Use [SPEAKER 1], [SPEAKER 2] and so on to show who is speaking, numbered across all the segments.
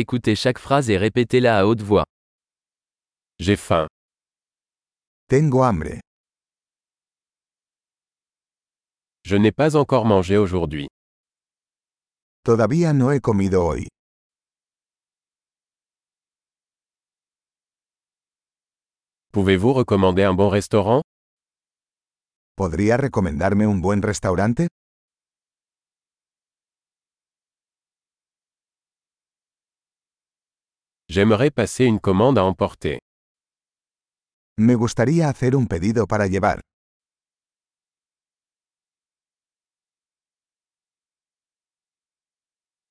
[SPEAKER 1] Écoutez chaque phrase et répétez-la à haute voix.
[SPEAKER 2] J'ai faim.
[SPEAKER 3] Tengo hambre.
[SPEAKER 2] Je n'ai pas encore mangé aujourd'hui.
[SPEAKER 3] Todavía no he comido hoy.
[SPEAKER 2] Pouvez-vous recommander un bon restaurant
[SPEAKER 3] ¿Podría recomendarme un buen restaurante?
[SPEAKER 2] J'aimerais passer une commande à emporter.
[SPEAKER 3] Me gustaría hacer un pedido para llevar.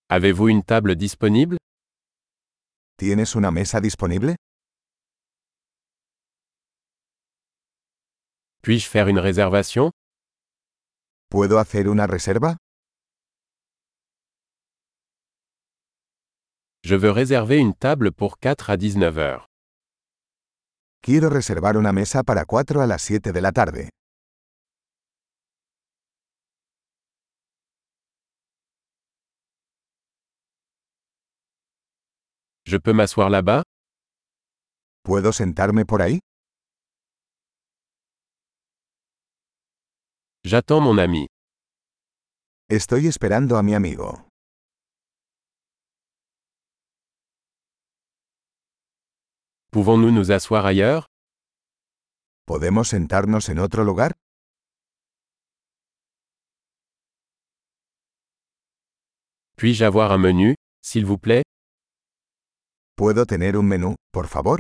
[SPEAKER 2] Avez-vous une table disponible
[SPEAKER 3] ¿Tienes una mesa disponible?
[SPEAKER 2] Puis-je faire une réservation
[SPEAKER 3] ¿Puedo hacer una reserva?
[SPEAKER 2] Je veux réserver une table pour 4 à 19 heures.
[SPEAKER 3] Quiero reservar una mesa para 4 a las 7 de la tarde.
[SPEAKER 2] Je peux m'asseoir là-bas
[SPEAKER 3] ¿Puedo sentarme por ahí?
[SPEAKER 2] J'attends mon ami.
[SPEAKER 3] Estoy esperando a mi amigo.
[SPEAKER 2] Pouvons-nous nous asseoir ailleurs
[SPEAKER 3] ¿Podemos sentarnos en otro lugar?
[SPEAKER 2] Puis-je avoir un menu, s'il vous plaît
[SPEAKER 3] ¿Puedo tener un menú, por favor?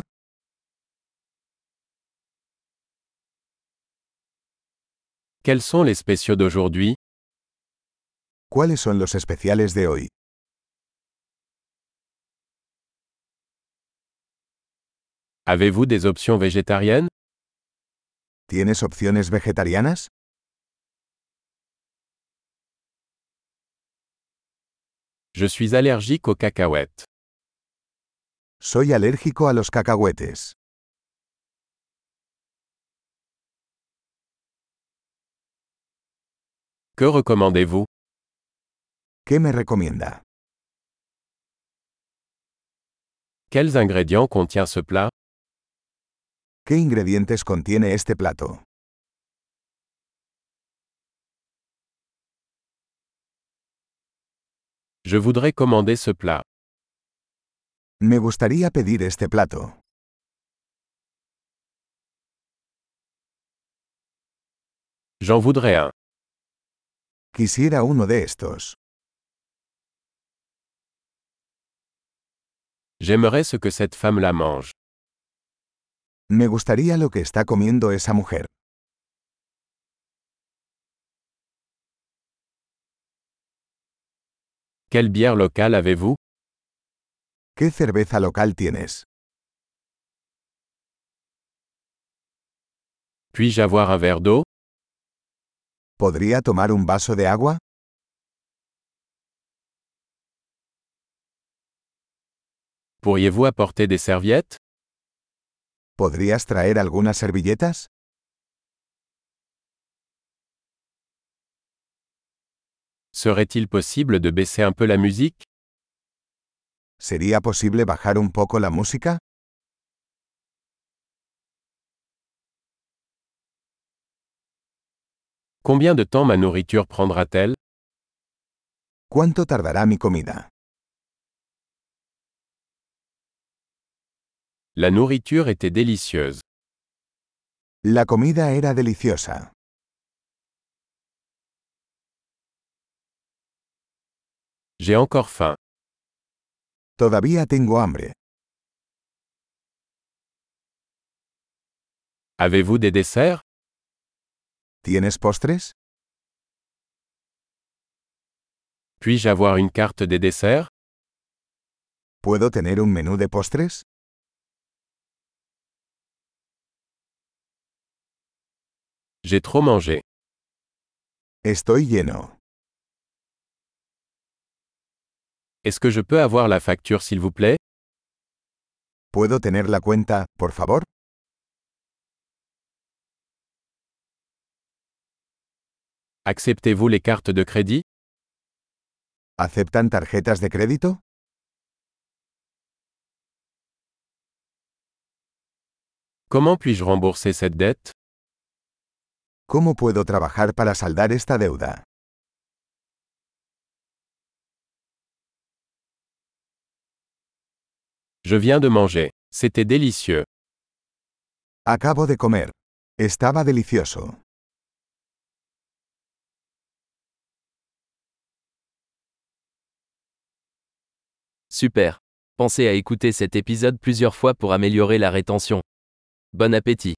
[SPEAKER 2] Quels sont les spéciaux d'aujourd'hui
[SPEAKER 3] ¿Cuáles son los especiales de hoy?
[SPEAKER 2] Avez-vous des options végétariennes
[SPEAKER 3] ¿Tienes opciones vegetarianas?
[SPEAKER 2] Je suis allergique aux cacahuètes.
[SPEAKER 3] Soy alérgico a los cacahuetes.
[SPEAKER 2] Que recommandez-vous
[SPEAKER 3] ¿Qué me recomienda?
[SPEAKER 2] Quels ingrédients contient ce plat
[SPEAKER 3] ¿Qué ingredientes contiene este plato?
[SPEAKER 2] Je voudrais commander ce plat.
[SPEAKER 3] Me gustaría pedir este plato.
[SPEAKER 2] J'en voudrais un.
[SPEAKER 3] Quisiera uno de estos.
[SPEAKER 2] J'aimerais ce que cette femme la mange.
[SPEAKER 3] Me gustaría lo que está comiendo esa mujer.
[SPEAKER 2] Quelle bière locale avez-vous
[SPEAKER 3] ¿Qué cerveza local tienes?
[SPEAKER 2] Puis-je avoir un verre d'eau
[SPEAKER 3] ¿Podría tomar un vaso de agua?
[SPEAKER 2] Pourriez-vous apporter des serviettes
[SPEAKER 3] ¿Podrías traer algunas servilletas?
[SPEAKER 2] Serait-il possible de baisser un peu la musique
[SPEAKER 3] ¿Sería posible bajar un poco la música?
[SPEAKER 2] Combien de temps ma nourriture prendra-t-elle
[SPEAKER 3] ¿Cuánto tardará mi comida?
[SPEAKER 2] La nourriture était délicieuse.
[SPEAKER 3] La comida era deliciosa.
[SPEAKER 2] J'ai encore faim.
[SPEAKER 3] Todavía tengo hambre.
[SPEAKER 2] Avez-vous des desserts
[SPEAKER 3] ¿Tienes postres?
[SPEAKER 2] Puis-je avoir une carte des desserts
[SPEAKER 3] ¿Puedo tener un menú de postres?
[SPEAKER 2] J'ai trop mangé.
[SPEAKER 3] Estoy lleno.
[SPEAKER 2] Est-ce que je peux avoir la facture s'il vous plaît
[SPEAKER 3] ¿Puedo tener la cuenta, por favor?
[SPEAKER 2] Acceptez-vous les cartes de crédit
[SPEAKER 3] ¿Aceptan tarjetas de crédito?
[SPEAKER 2] Comment puis-je rembourser cette dette
[SPEAKER 3] ¿Cómo puedo trabajar para saldar esta deuda?
[SPEAKER 2] Je viens de manger. C'était délicieux.
[SPEAKER 3] Acabo de comer. Estaba delicioso.
[SPEAKER 1] Super. Pensez à écouter cet épisode plusieurs fois pour améliorer la rétention. Bon appétit.